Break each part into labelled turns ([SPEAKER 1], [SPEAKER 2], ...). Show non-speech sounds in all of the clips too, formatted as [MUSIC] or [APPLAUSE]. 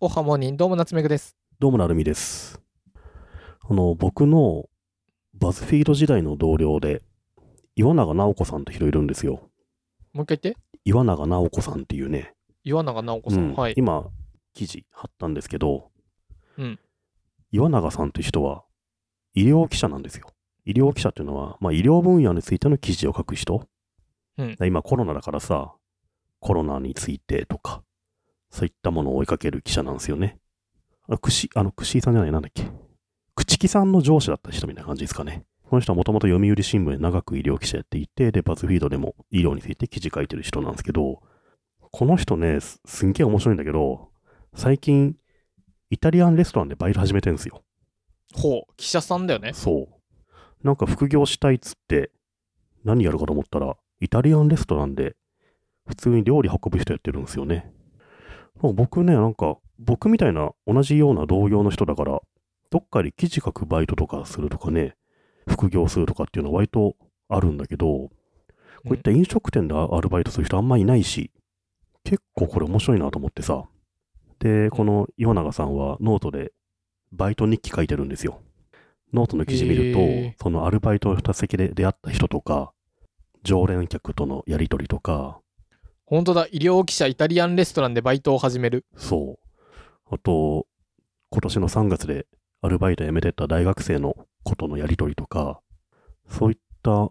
[SPEAKER 1] おはモーニン、どうも夏目くです。
[SPEAKER 2] どうもなるみです。あの、僕のバズフィード時代の同僚で、岩永直子さんって人いるんですよ。
[SPEAKER 1] もう一回言って。
[SPEAKER 2] 岩永直子さんっていうね、
[SPEAKER 1] 岩永直子さん。
[SPEAKER 2] うん
[SPEAKER 1] はい。
[SPEAKER 2] 今、記事貼ったんですけど、
[SPEAKER 1] うん
[SPEAKER 2] 岩永さんって人は、医療記者なんですよ。医療記者っていうのは、まあ、医療分野についての記事を書く人。
[SPEAKER 1] うん
[SPEAKER 2] 今、コロナだからさ、コロナについてとか、そういったものを追いかける記者なんですよね。あくし、あの、くしさんじゃない、なんだっけ。くちきさんの上司だった人みたいな感じですかね。この人はもともと読売新聞で長く医療記者やっていて、で、バズフィードでも医療について記事書いてる人なんですけど、この人ね、すすんげえ面白いんだけど、最近、イタリアンレストランでバイト始めてるんですよ。
[SPEAKER 1] ほう、記者さんだよね。
[SPEAKER 2] そう。なんか副業したいっつって、何やるかと思ったら、イタリアンレストランで、普通に料理運ぶ人やってるんですよね。なんか僕ね、なんか、僕みたいな同じような同業の人だから、どっかで記事書くバイトとかするとかね、副業するとかっていうのは割とあるんだけど、こういった飲食店でアルバイトする人あんまいないし、結構これ面白いなと思ってさ。で、この岩永さんはノートでバイト日記書いてるんですよ。ノートの記事見ると、
[SPEAKER 1] へえ
[SPEAKER 2] そのアルバイトの二席で出会った人とか、常連客とのやりとりとか、
[SPEAKER 1] 本当だ、医療記者、イタリアンレストランでバイトを始める。
[SPEAKER 2] そう。あと、今年の3月でアルバイト辞めてった大学生のことのやりとりとか、そういった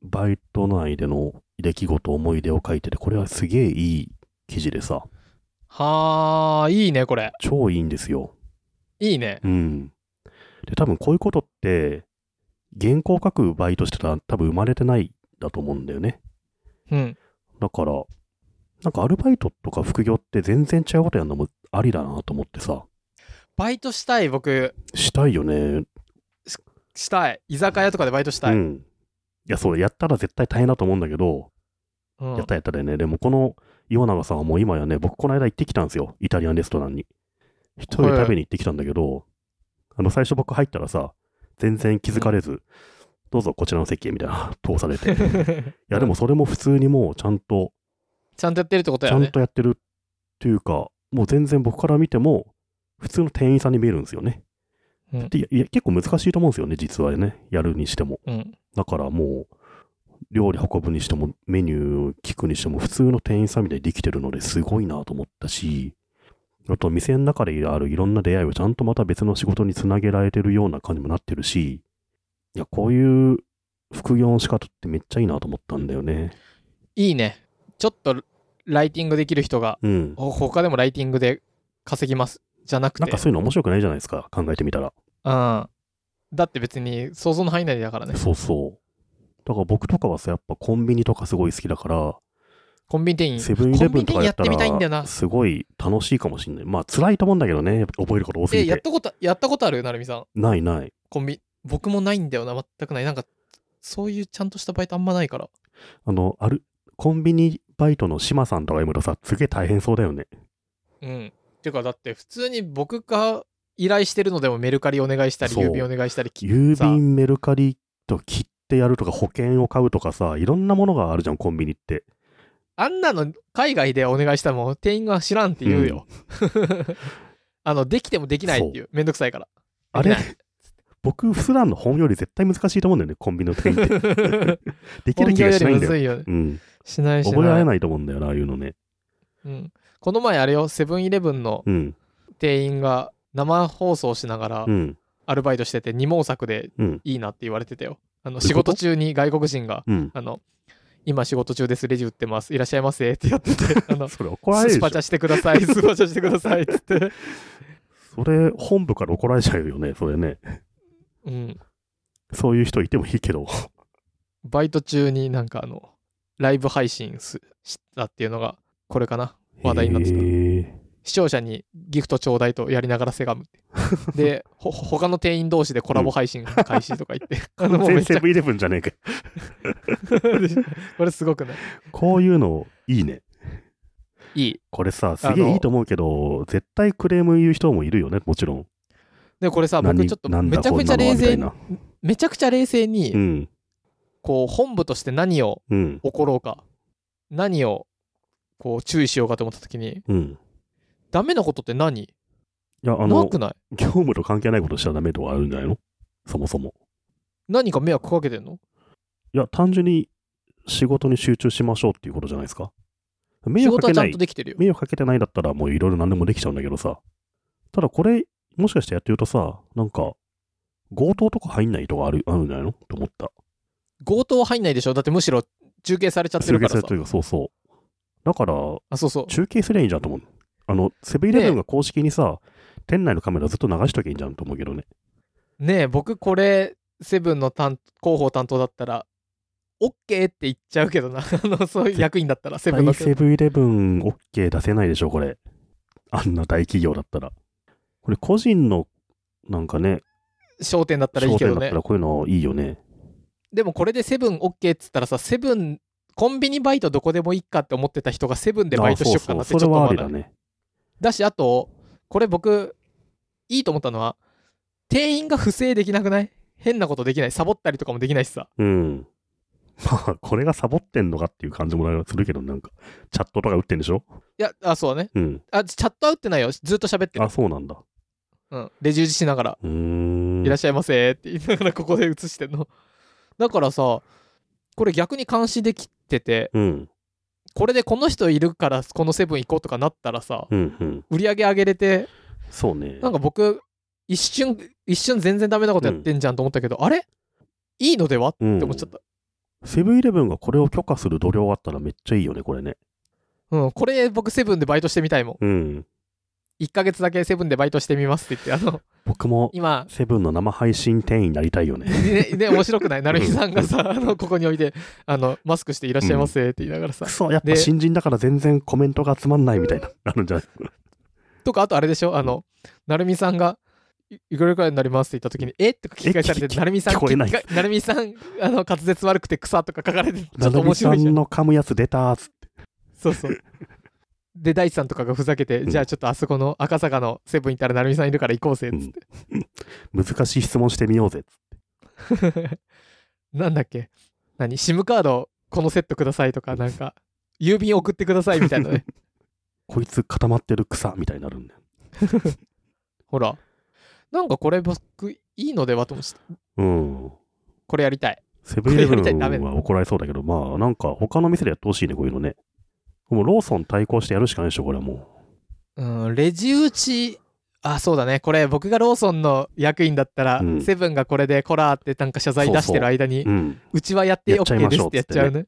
[SPEAKER 2] バイト内での出来事、思い出を書いてて、これはすげえいい記事でさ、
[SPEAKER 1] はー、いいね、これ。
[SPEAKER 2] 超いいんですよ。
[SPEAKER 1] いいね。
[SPEAKER 2] うん。で、多分こういうことって、原稿書くバイトしてたら多分生まれてないんだと思うんだよね。
[SPEAKER 1] うん。
[SPEAKER 2] だから、なんかアルバイトとか副業って全然違うことやるのもありだなと思ってさ、
[SPEAKER 1] バイトしたい、僕。
[SPEAKER 2] したいよね。
[SPEAKER 1] したい。居酒屋とかでバイトした
[SPEAKER 2] う
[SPEAKER 1] い。
[SPEAKER 2] ん。いや、そう、やったら絶対大変だと思うんだけど、
[SPEAKER 1] うん [LAUGHS]
[SPEAKER 2] やったらやったでね、でもこの岩永さんはもう今やね、僕この間行ってきたんですよ、イタリアンレストランに。一人で食べに行ってきたんだけど、あの、最初僕入ったらさ、全然気づかれず、どうぞこちらの席へみたいな、 [LAUGHS] 通され
[SPEAKER 1] [LAUGHS]
[SPEAKER 2] て。いや、でもそれも普通にもうちゃんと、
[SPEAKER 1] ちゃんとやってるってこと
[SPEAKER 2] ち
[SPEAKER 1] や
[SPEAKER 2] ゃ
[SPEAKER 1] よ
[SPEAKER 2] ん
[SPEAKER 1] ね。
[SPEAKER 2] とやってるっていうか、もう全然僕から見ても、普通の店員さんに見えるんですよね。
[SPEAKER 1] うん
[SPEAKER 2] でいやいや結構難しいと思うんですよね、実はね、やるにしても。
[SPEAKER 1] うん。
[SPEAKER 2] だからもう、料理運ぶにしても、メニュー聞くにしても、普通の店員さんみたいにできてるのですごいなと思ったし、あと、店の中であるいろんな出会いをちゃんとまた別の仕事につなげられてるような感じもなってるし、いや、こういう副業の仕方ってめっちゃいいなと思ったんだよね。
[SPEAKER 1] いいね。ちょっと、ライティングできる人が、
[SPEAKER 2] うん。
[SPEAKER 1] ほ他でもライティングで稼ぎます。じゃなく
[SPEAKER 2] なん
[SPEAKER 1] て。
[SPEAKER 2] かそういうの面白くないじゃないですか、考えてみたら。
[SPEAKER 1] うん。だって別に想像の範囲内だからね。
[SPEAKER 2] そうそう。だから僕とかはさ、やっぱコンビニとかすごい好きだから、
[SPEAKER 1] コンビニ店員。
[SPEAKER 2] セブンイレブンと
[SPEAKER 1] コンビニ店員
[SPEAKER 2] かや
[SPEAKER 1] やっ
[SPEAKER 2] った
[SPEAKER 1] てみたいんだよ
[SPEAKER 2] ら、
[SPEAKER 1] な。
[SPEAKER 2] すごい楽しいかもしんない。まあ、辛いと思うんだけどね、覚えること多す
[SPEAKER 1] え、
[SPEAKER 2] ぎ。
[SPEAKER 1] やってたこと、やったことあるなるみさん。
[SPEAKER 2] ないない。
[SPEAKER 1] コンビ、僕もないんだよな、全くない。なんか、そういうちゃんとしたバイトあんまないから。
[SPEAKER 2] あの、ある、コンビニバイトの島さんとか読むとさ、すげえ大変そうだよね。
[SPEAKER 1] うん。てか、だって普通に僕が依頼してるのでもメルカリお願いしたり、
[SPEAKER 2] そう
[SPEAKER 1] 郵便お願いしたり、き
[SPEAKER 2] 郵
[SPEAKER 1] さ
[SPEAKER 2] 便、メルカリと切ってやるとか、保険を買うとかさ、いろんなものがあるじゃん、コンビニって。
[SPEAKER 1] あんなの海外でお願いしたらもう店員が知らんって言うよ。 [LAUGHS] あの、できてもできないっていう。めんどくさいから。
[SPEAKER 2] あれ
[SPEAKER 1] できない、
[SPEAKER 2] 僕、普段の本より絶対難しいと思うんだよね、コンビニの店
[SPEAKER 1] [LAUGHS]
[SPEAKER 2] 員って。でき
[SPEAKER 1] 本
[SPEAKER 2] る気
[SPEAKER 1] 業
[SPEAKER 2] が
[SPEAKER 1] よ
[SPEAKER 2] し
[SPEAKER 1] り
[SPEAKER 2] ない
[SPEAKER 1] む
[SPEAKER 2] んだ
[SPEAKER 1] ず
[SPEAKER 2] よ。
[SPEAKER 1] いよね。
[SPEAKER 2] うん。
[SPEAKER 1] しないしない。
[SPEAKER 2] 覚えられないと思うんだよな、ああいうのね。
[SPEAKER 1] うん、この前あれよ、セブンイレブンの
[SPEAKER 2] うん。
[SPEAKER 1] 店員が生放送しながら
[SPEAKER 2] うん。
[SPEAKER 1] アルバイトしてて二毛作で
[SPEAKER 2] うん。
[SPEAKER 1] いいなって言われてたよ。あの
[SPEAKER 2] どうい
[SPEAKER 1] 仕
[SPEAKER 2] うこ
[SPEAKER 1] 事
[SPEAKER 2] と
[SPEAKER 1] 中に外国人が、
[SPEAKER 2] うん。
[SPEAKER 1] あの、今仕事中です、レジ売ってます、いらっしゃいませってやってて、
[SPEAKER 2] [LAUGHS]
[SPEAKER 1] あの、
[SPEAKER 2] それ怒られる
[SPEAKER 1] ス
[SPEAKER 2] でし
[SPEAKER 1] パ
[SPEAKER 2] ょ
[SPEAKER 1] チャしてください、スパチャしてくださいっつって。
[SPEAKER 2] それ、本部から怒られちゃうよね、それね。
[SPEAKER 1] うん。
[SPEAKER 2] そういう人いてもいいけど。
[SPEAKER 1] バイト中になんかあの、ライブ配信すしたっていうのが、これかな。話題になってた
[SPEAKER 2] へー
[SPEAKER 1] 視聴者にギフトちょうだいとやりながらせがむって。
[SPEAKER 2] [LAUGHS]
[SPEAKER 1] で、ほ他の店員同士でコラボ配信開始とか言って。あのもうめ
[SPEAKER 2] [LAUGHS] 全
[SPEAKER 1] っちゃ
[SPEAKER 2] セブンイレブンじゃねえか。
[SPEAKER 1] でしょ [LAUGHS] これすごくない
[SPEAKER 2] こういうの、いいね。
[SPEAKER 1] いい。
[SPEAKER 2] これさ、す
[SPEAKER 1] あ
[SPEAKER 2] げ
[SPEAKER 1] の
[SPEAKER 2] えいいと思うけど、絶対クレーム言う人もいるよね、もちろん。
[SPEAKER 1] で、これさ、僕
[SPEAKER 2] 何
[SPEAKER 1] ちょっと
[SPEAKER 2] なんだ
[SPEAKER 1] めちゃくちゃ
[SPEAKER 2] こんなのは
[SPEAKER 1] 冷静に
[SPEAKER 2] みたいな、
[SPEAKER 1] めちゃくちゃ冷静に、
[SPEAKER 2] うん、
[SPEAKER 1] こう、本部として何を
[SPEAKER 2] うん、
[SPEAKER 1] 起ころうか、何を、こう、注意しようかと思った時に、
[SPEAKER 2] うん。
[SPEAKER 1] ダメなことって何
[SPEAKER 2] いや、あ
[SPEAKER 1] な
[SPEAKER 2] の、
[SPEAKER 1] くない
[SPEAKER 2] 業務と関係ないことしちゃダメとかあるんじゃないのそもそも。
[SPEAKER 1] 何か迷惑かけてんの
[SPEAKER 2] いや、単純に仕事に集中しましょうっていうことじゃないですか。迷
[SPEAKER 1] 仕
[SPEAKER 2] 惑
[SPEAKER 1] 事
[SPEAKER 2] かけ
[SPEAKER 1] はちゃ
[SPEAKER 2] なんい
[SPEAKER 1] と。できてるよ。
[SPEAKER 2] 迷惑かけてないだったらもういろいろ何でもできちゃうんだけどさ。ただこれ、もしかしてやってるとさ、なんか、強盗とか入んないとかあるあるんじゃないのと思った。
[SPEAKER 1] 強盗入んないでしょだってむしろ中継されちゃってるから
[SPEAKER 2] 中継され
[SPEAKER 1] さ
[SPEAKER 2] て。るからそうそう。だから、
[SPEAKER 1] あ、そうそう。
[SPEAKER 2] 中継すりゃいいじゃんと思う。あの、セブンイレブンが公式にさ、店内のカメラずっと流しときゃいいんじゃんと思うけどね。
[SPEAKER 1] ねえ、僕これ、セブンの担広報担当だったら、OK って言っちゃうけどな。あ [LAUGHS] の、そういう役員だったら、セブンの
[SPEAKER 2] 大。セブンイレブン OK 出せないでしょ、これ。あんな大企業だったら。これ個人の、なんかね、
[SPEAKER 1] 商店だったらいい
[SPEAKER 2] 商
[SPEAKER 1] け
[SPEAKER 2] 店
[SPEAKER 1] ど
[SPEAKER 2] だっ
[SPEAKER 1] ね
[SPEAKER 2] た。らこういうのいいよね。
[SPEAKER 1] でもこれでセブン OK っつったらさ、セブン、コンビニバイトどこでもいいかって思ってた人がセブンでバイトしよっかな
[SPEAKER 2] あ
[SPEAKER 1] ってちょ
[SPEAKER 2] そ
[SPEAKER 1] っ
[SPEAKER 2] う
[SPEAKER 1] と
[SPEAKER 2] そうそれ
[SPEAKER 1] 思
[SPEAKER 2] は
[SPEAKER 1] わ
[SPEAKER 2] あり
[SPEAKER 1] な
[SPEAKER 2] だ
[SPEAKER 1] い。
[SPEAKER 2] ね。
[SPEAKER 1] だし、あと、これ僕、いいと思ったのは、店員が不正できなくない変なことできない。サボったりとかもできないしさ。
[SPEAKER 2] うん。 [LAUGHS] まあ、これがサボってんのかっていう感じもするけど、なんか、チャットとか打ってんでしょ
[SPEAKER 1] いや、あ、そうだね。
[SPEAKER 2] うん。
[SPEAKER 1] あ、チャットは打ってないよ。ずっと喋ってる
[SPEAKER 2] あ、。そうなんだ。
[SPEAKER 1] うん。レジ打ちしながら、
[SPEAKER 2] うーん。
[SPEAKER 1] いらっしゃいませって言いながらここで映してんの。だからさ、これ逆に監視できてて、
[SPEAKER 2] うん。
[SPEAKER 1] これでこの人いるからこのセブン行こうとかなったらさ、
[SPEAKER 2] うん。うん。
[SPEAKER 1] 売り上げ上げれて、
[SPEAKER 2] そうね。
[SPEAKER 1] なんか僕、一瞬、一瞬全然ダメなことやってんじゃんと思ったけど、あれいいのではって
[SPEAKER 2] うん
[SPEAKER 1] 思っちゃった。
[SPEAKER 2] セブンイレブンがこれを許可する度量あったらめっちゃいいよね、これね。
[SPEAKER 1] うん、これ僕セブンでバイトしてみたいもん。
[SPEAKER 2] うん。
[SPEAKER 1] 1ヶ月だけセブンでバイトしてみますって言って、あの、
[SPEAKER 2] 僕も、
[SPEAKER 1] 今、
[SPEAKER 2] セブンの生配信店員になりたいよね。
[SPEAKER 1] ね、ね面白くない成美さんがさ、あの、ここにおいて、あの、マスクしていらっしゃいませって言いながらさ
[SPEAKER 2] く。 [LAUGHS] そ、やっぱ
[SPEAKER 1] で
[SPEAKER 2] 新人だから全然コメントが集まんないみたい [LAUGHS] な、あるんじゃない
[SPEAKER 1] とか、あとあれでしょあの、成美さんが、いいくらくらいになりますって言った時に、えとか聞き返され
[SPEAKER 2] え
[SPEAKER 1] て、
[SPEAKER 2] 聞
[SPEAKER 1] 成美さん、
[SPEAKER 2] 聞こえない
[SPEAKER 1] きか成美さん、あの、滑舌悪くて草とか書かれて、ちょ
[SPEAKER 2] な
[SPEAKER 1] っと
[SPEAKER 2] な
[SPEAKER 1] 面
[SPEAKER 2] みさ
[SPEAKER 1] 白いじゃん
[SPEAKER 2] ん。の噛むやつ出たーっつって。
[SPEAKER 1] そうそう。で、大地さんとかがふざけて、
[SPEAKER 2] うん
[SPEAKER 1] じゃあちょっとあそこの赤坂のセブン行ったら、成美さんいるから行こうぜっつって。
[SPEAKER 2] 難しい質問してみようぜっつって。
[SPEAKER 1] [LAUGHS] なんだっけ何 ?SIM カード、このセットくださいとか、なんか、郵便送ってくださいみたいなね。
[SPEAKER 2] [LAUGHS] こいつ固まってる草みたいになるんだよ。
[SPEAKER 1] ほら。なんかこれ僕、いいのではと思ってた
[SPEAKER 2] うん。
[SPEAKER 1] これやりたい。
[SPEAKER 2] セブンイレブ
[SPEAKER 1] これやりたいダメ
[SPEAKER 2] ン
[SPEAKER 1] だ
[SPEAKER 2] は怒られそうだけど、まあなんか他の店でやってほしいね、こういうのね。もうローソン対抗してやるしかないでしょ、これはも
[SPEAKER 1] うん、レジ打ち、あ、そうだね。これ僕がローソンの役員だったら、
[SPEAKER 2] うん
[SPEAKER 1] セブンがこれでコラーってなんか謝罪出してる間に
[SPEAKER 2] う。う、ん。
[SPEAKER 1] うちはやって
[SPEAKER 2] やっちゃい
[SPEAKER 1] OK
[SPEAKER 2] ま
[SPEAKER 1] で
[SPEAKER 2] し
[SPEAKER 1] す
[SPEAKER 2] ょ
[SPEAKER 1] っ
[SPEAKER 2] う
[SPEAKER 1] てやっちゃう
[SPEAKER 2] つ
[SPEAKER 1] ね。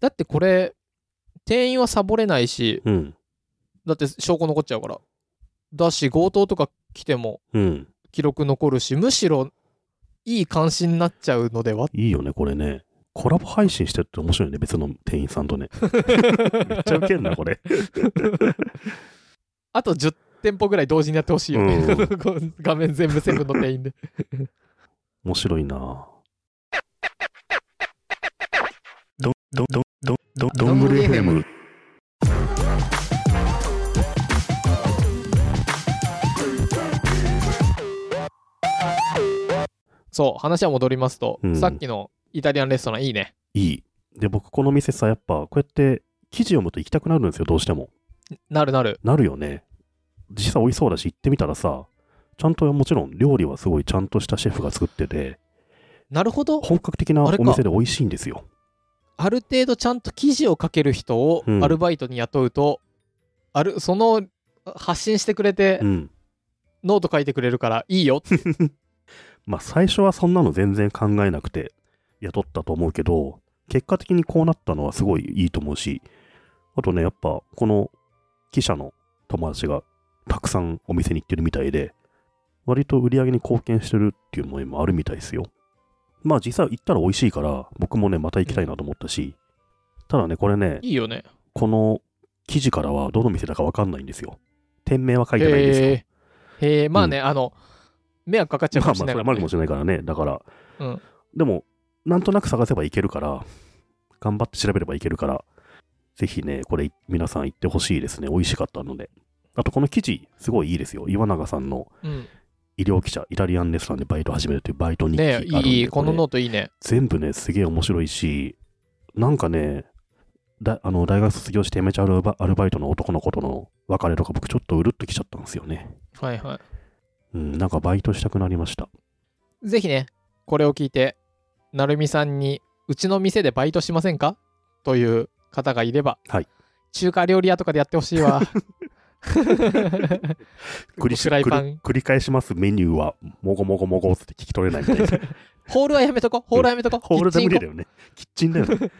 [SPEAKER 1] だってこれ、店員はサボれないし、
[SPEAKER 2] うん。
[SPEAKER 1] だって証拠残っちゃうから。だし、強盗とか来ても
[SPEAKER 2] うん。
[SPEAKER 1] 記録残るし、むしろいい監視になっちゃうのでは
[SPEAKER 2] いいよね、これね。コラボ配信してるって面白いね、別の店員さんとね。めっちゃウケんな、これ。
[SPEAKER 1] あと10店舗ぐらい同時にやってほしいよね。
[SPEAKER 2] う
[SPEAKER 1] こう画面全部セブンの店
[SPEAKER 2] [LAUGHS]
[SPEAKER 1] 員で。
[SPEAKER 2] 面白いな
[SPEAKER 3] ど、ど、ど、ど、ど、
[SPEAKER 2] ど
[SPEAKER 3] ど
[SPEAKER 2] ん
[SPEAKER 3] ん
[SPEAKER 2] ぐ
[SPEAKER 3] ぐ
[SPEAKER 2] り
[SPEAKER 3] り
[SPEAKER 2] FM
[SPEAKER 3] FM。
[SPEAKER 1] そう、話は戻りますと、
[SPEAKER 2] うん
[SPEAKER 1] さっきのイタリアンレストランいいね。
[SPEAKER 2] いい。で、僕、この店さ、やっぱ、こうやって記事読むと行きたくなるんですよ、どうしても。
[SPEAKER 1] なるなる。
[SPEAKER 2] なるよね。実際美味しそうだし、行ってみたらさ、ちゃんともちろん料理はすごいちゃんとしたシェフが作ってて、
[SPEAKER 1] なるほど。
[SPEAKER 2] 本格的な
[SPEAKER 1] あれか
[SPEAKER 2] お店で美味しいんですよ。
[SPEAKER 1] ある程度ちゃんと記事を書ける人を
[SPEAKER 2] うん
[SPEAKER 1] アルバイトに雇うと、あるその発信してくれて、
[SPEAKER 2] うん。
[SPEAKER 1] ノート書いてくれるからいいよって
[SPEAKER 2] まあ、最初はそんなの全然考えなくて雇ったと思うけど、結果的にこうなったのはすごいいいと思うし、あとね、やっぱ、この記者の友達がたくさんお店に行ってるみたいで、割と売り上げに貢献してるっていう思いもあるみたいですよ。まあ、実際行ったら美味しいから、僕もね、また行きたいなと思ったし、ただね、これね、
[SPEAKER 1] いいよね。
[SPEAKER 2] この記事からはどの店だか分かんないんですよ。店名は書いてないんですよ。
[SPEAKER 1] へえ。へえ、まあね、あの、迷惑かかっちゃうか
[SPEAKER 2] まあま
[SPEAKER 1] も
[SPEAKER 2] あ、
[SPEAKER 1] しれ
[SPEAKER 2] そ
[SPEAKER 1] な
[SPEAKER 2] れ
[SPEAKER 1] いか
[SPEAKER 2] は
[SPEAKER 1] ら
[SPEAKER 2] ま
[SPEAKER 1] ね、
[SPEAKER 2] るかもしれないからね。だから、
[SPEAKER 1] うん
[SPEAKER 2] でも、なんとなく探せばいけるから、頑張って調べればいけるから、ぜひね、これ、皆さん行ってほしいですね。美味しかったので。あと、この記事、すごいいいですよ。岩永さんの
[SPEAKER 1] うん。
[SPEAKER 2] 医療記者、イタリアンレストランでバイト始めるというバイト日記があ
[SPEAKER 1] ね
[SPEAKER 2] るんで、
[SPEAKER 1] いい、こ
[SPEAKER 2] これ
[SPEAKER 1] のノートいいね。
[SPEAKER 2] 全部ね、すげえ面白いし、なんかね、だあの大学卒業してめちゃアルバアルバイトの男の子との別れとか僕ちょっとうるっときちゃったんですよね。
[SPEAKER 1] はいは
[SPEAKER 2] うん、なんかバイトしたくなりました。
[SPEAKER 1] い。ぜひね、これを聞いて、なるみさんに、うちの店でバイトしませんかという方がいれば、
[SPEAKER 2] はい
[SPEAKER 1] 中華料理屋とかでやってほしい
[SPEAKER 2] [LAUGHS]
[SPEAKER 1] わ。
[SPEAKER 2] 繰り
[SPEAKER 1] フライパン
[SPEAKER 2] 繰り繰り返しますメニューは、もごもごもごって聞き取れないみ
[SPEAKER 1] [LAUGHS]
[SPEAKER 2] たいな。
[SPEAKER 1] ホールはやめとこ、ホールはやめとこ。
[SPEAKER 2] ホールで無理
[SPEAKER 1] キッチン
[SPEAKER 2] だよね。キッチンだよね。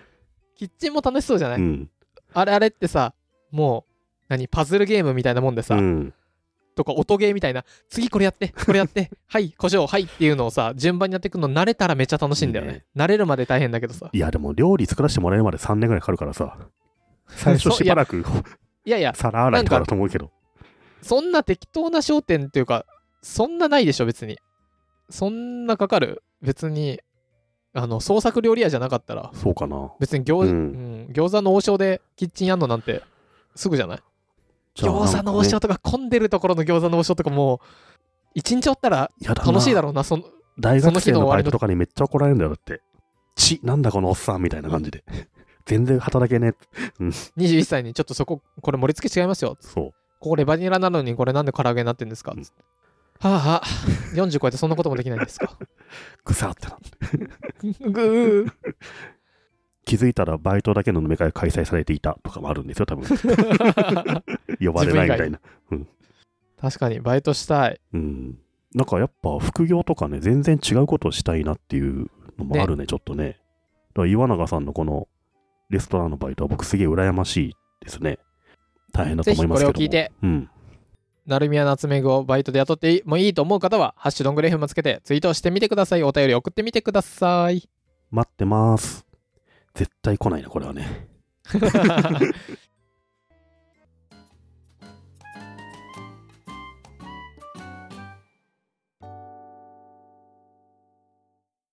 [SPEAKER 1] キッチンも楽しそうじゃない、
[SPEAKER 2] うん。
[SPEAKER 1] あれあれってさ、もう、何、パズルゲームみたいなもんで
[SPEAKER 2] う
[SPEAKER 1] さ、
[SPEAKER 2] ん。
[SPEAKER 1] とか音ゲーみたいな、次これやって、これや
[SPEAKER 2] [LAUGHS]
[SPEAKER 1] って、はい、胡椒、はいっていうのをさ、順番にやっていくの慣れたらめっちゃ楽しいんだよね。
[SPEAKER 2] いいね
[SPEAKER 1] 慣れるまで大変だけどさ。
[SPEAKER 2] いや、でも料理作らせてもらえるまで3年ぐらいかかるからさ。最
[SPEAKER 1] そ
[SPEAKER 2] 初
[SPEAKER 1] う
[SPEAKER 2] し
[SPEAKER 1] いや
[SPEAKER 2] ばらく
[SPEAKER 1] いやいや、
[SPEAKER 2] [LAUGHS] 皿洗いとかだと思うけど。
[SPEAKER 1] そんな適当な焦点っていうか、そんなないでしょ、別に。そんなかかる別に、あの、創作料理屋じゃなかったら、
[SPEAKER 2] そうかな。
[SPEAKER 1] 別に餃,、
[SPEAKER 2] うん
[SPEAKER 1] うん餃子の王将でキッチンやんのなんて、すぐじゃない
[SPEAKER 2] じゃあ
[SPEAKER 1] 餃子の王
[SPEAKER 2] な
[SPEAKER 1] 将
[SPEAKER 2] んかね
[SPEAKER 1] とか混んでるところの餃子の王将とかもう、一日おったら
[SPEAKER 2] やだな
[SPEAKER 1] 楽しいだろうな、その、
[SPEAKER 2] 大
[SPEAKER 1] その
[SPEAKER 2] 学
[SPEAKER 1] 日
[SPEAKER 2] 生
[SPEAKER 1] の
[SPEAKER 2] の
[SPEAKER 1] 終わ
[SPEAKER 2] バ
[SPEAKER 1] り
[SPEAKER 2] イ
[SPEAKER 1] の
[SPEAKER 2] トとかにめっちゃ怒られるんだよ、だって。ち、なんだこのおっさんみたいな感
[SPEAKER 1] [LAUGHS]
[SPEAKER 2] じで。全然働けねえ。
[SPEAKER 1] 21歳にちょっとそこ、これ盛り付け違いますよ。
[SPEAKER 2] そう。
[SPEAKER 1] ここレバニラなのにこれなんで唐揚げになってんですか、
[SPEAKER 2] うん
[SPEAKER 1] つってはあはあ、40超えてそんなこともできないんです
[SPEAKER 2] [LAUGHS]
[SPEAKER 1] か
[SPEAKER 2] ぐさってな。
[SPEAKER 1] ぐー
[SPEAKER 2] 気づいたらバイトだけの飲み会が開催されていたとかもあるんですよ、多
[SPEAKER 1] [LAUGHS]
[SPEAKER 2] 分。呼ばれないみたいな。
[SPEAKER 1] 確かにバイトしたい。
[SPEAKER 2] うん。なんかやっぱ副業とかね、全然違うことをしたいなっていうのもあるね、ちょっとね。だから岩永さんのこのレストランのバイトは僕すげえ羨ましいですね。大変だ
[SPEAKER 1] ぜ
[SPEAKER 2] と思
[SPEAKER 1] ひ
[SPEAKER 2] いま
[SPEAKER 1] こ
[SPEAKER 2] す
[SPEAKER 1] れ
[SPEAKER 2] けど
[SPEAKER 1] を
[SPEAKER 2] も。
[SPEAKER 1] 聞いて、
[SPEAKER 2] うん。
[SPEAKER 1] なるみやなつめぐをバイトで雇ってもいいと思う方は、ハッシュドングレフもつけてツイートしてみてください。お便り送ってみてくださ
[SPEAKER 2] [LAUGHS]
[SPEAKER 1] い。
[SPEAKER 2] 待ってます。絶対来ないな、これはね。